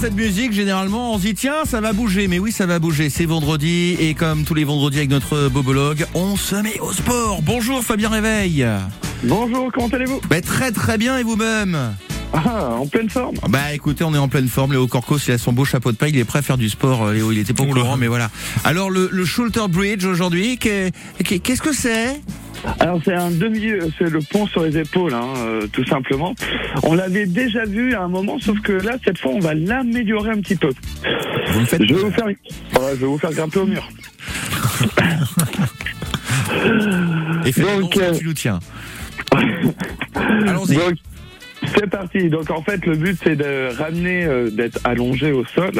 cette musique, généralement, on se dit tiens, ça va bouger. Mais oui, ça va bouger. C'est vendredi et comme tous les vendredis avec notre bobologue, on se met au sport. Bonjour Fabien Réveil. Bonjour, comment allez-vous Bah, très très bien et vous-même Ah, en pleine forme. Bah écoutez, on est en pleine forme. Léo Corcos, il a son beau chapeau de paille, il est prêt à faire du sport. euh, Léo, il était pas au Oula. courant, mais voilà. Alors le, le shoulder bridge aujourd'hui, qu'est- qu'est- qu'est-ce que c'est Alors c'est un demi, c'est le pont sur les épaules, hein, euh, tout simplement. On l'avait déjà vu à un moment, sauf que là, cette fois, on va l'améliorer un petit peu. Vous me faites. Je vais vous faire, ouais, je vais vous faire grimper au mur. Et fais Donc, donc, euh, tu nous tiens. Allons-y. Donc, c'est parti. Donc en fait, le but, c'est de ramener, euh, d'être allongé au sol.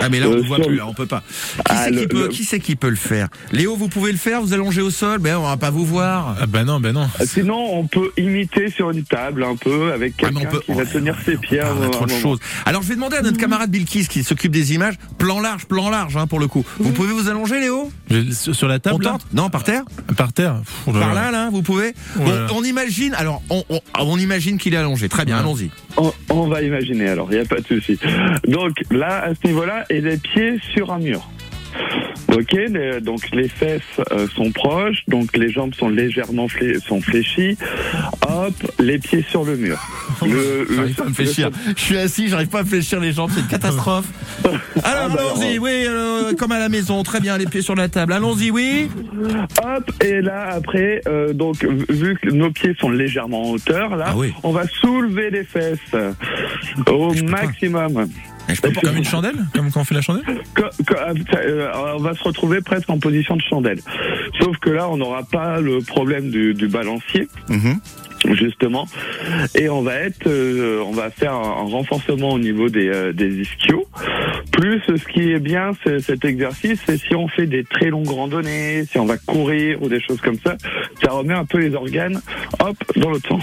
Ah mais là on euh, ne voit sur- plus, là on peut pas. Qui Ah, c'est qui le- peut, le- qui c'est qui peut le faire Léo, vous pouvez le faire, vous allongez au sol, ben on va pas vous voir. Euh, Ah bah non, bah non. Sinon, on peut imiter sur une table un peu avec Ah, mais on quelqu'un peut- qui va ouais, tenir ses pieds. à Ah, un on a trop de moment. choses. Alors je vais demander à notre camarade Bilkis qui s'occupe des images, plan large, plan large hein, pour le coup. Vous pouvez vous allonger Léo Je- Sur la On table, là tente Non, par terre par terre. Pff, oh oulala. Par là, là, vous pouvez Ouais. Bon, on, imagine, alors, on, on- on imagine qu'il est allongé. Très bien, Ouais. allons-y. On, on va imaginer alors, il n'y a pas de souci. Donc là, à ce niveau-là, et les pieds sur un mur. Ok, les- donc les fesses euh, sont proches, donc les jambes sont légèrement flé- sont fléchies. Hop, les pieds sur le mur. Le- le- J'arrive pas à me fléchir. Je suis assis, j'arrive pas à me fléchir les jambes, c'est une catastrophe. Ah, Alors, bah, allons-y, oui, euh, comme à la maison, très bien, les pieds sur la table. Allons-y, oui. Hop, et là après, euh, donc vu- vu que nos pieds sont légèrement en hauteur, là, Ah oui. on va soulever les fesses euh, au Je peux pas. maximum. Mais je peux pas. Comme une chandelle Comme quand on fait la chandelle Co- co- euh, on va se retrouver presque en position de chandelle. Sauf que là, on n'aura pas le problème du, du balancier, Mhm. justement. Et on va être, euh, on va faire un, un renforcement au niveau des, euh, des ischios. Plus, euh, ce qui est bien, c'est- cet exercice, c'est si on fait des très longues randonnées, si on va courir ou des choses comme ça, ça remet un peu les organes, hop, dans l'autre sens.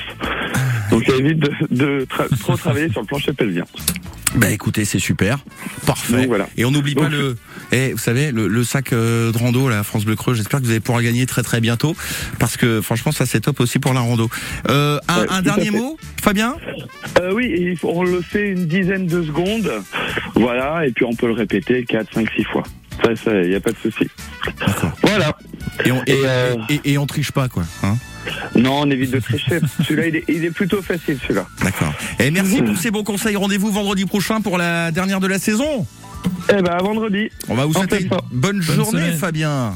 Donc, ça évite de, de tra- trop travailler sur le plancher pelvien. Bah écoutez, c'est super. Parfait. Donc, voilà. Et on n'oublie pas Donc- le, eh, vous savez, le, le sac euh, de rando, la France Bleu Creux. J'espère que vous allez pouvoir gagner très très bientôt. Parce que franchement, ça c'est top aussi pour la rando. Euh, un Ouais, un tout à dernier fait. mot, Fabien Euh, oui, il faut- on le fait une dizaine de secondes. Voilà, et puis on peut le répéter 4, 5, 6 fois. Ça, ça, il n'y a pas de souci. Voilà. et on, et, Et, euh, et- et on triche pas, quoi. Hein Non, on évite de tricher. celui-là, il est, il est plutôt facile, celui-là. D'accord. Et merci pour ces bons conseils. Rendez-vous vendredi prochain pour la dernière de la saison. Eh ben, à vendredi. On va vous En souhaiter pleine une forme. bonne, journée, semaine. Fabien.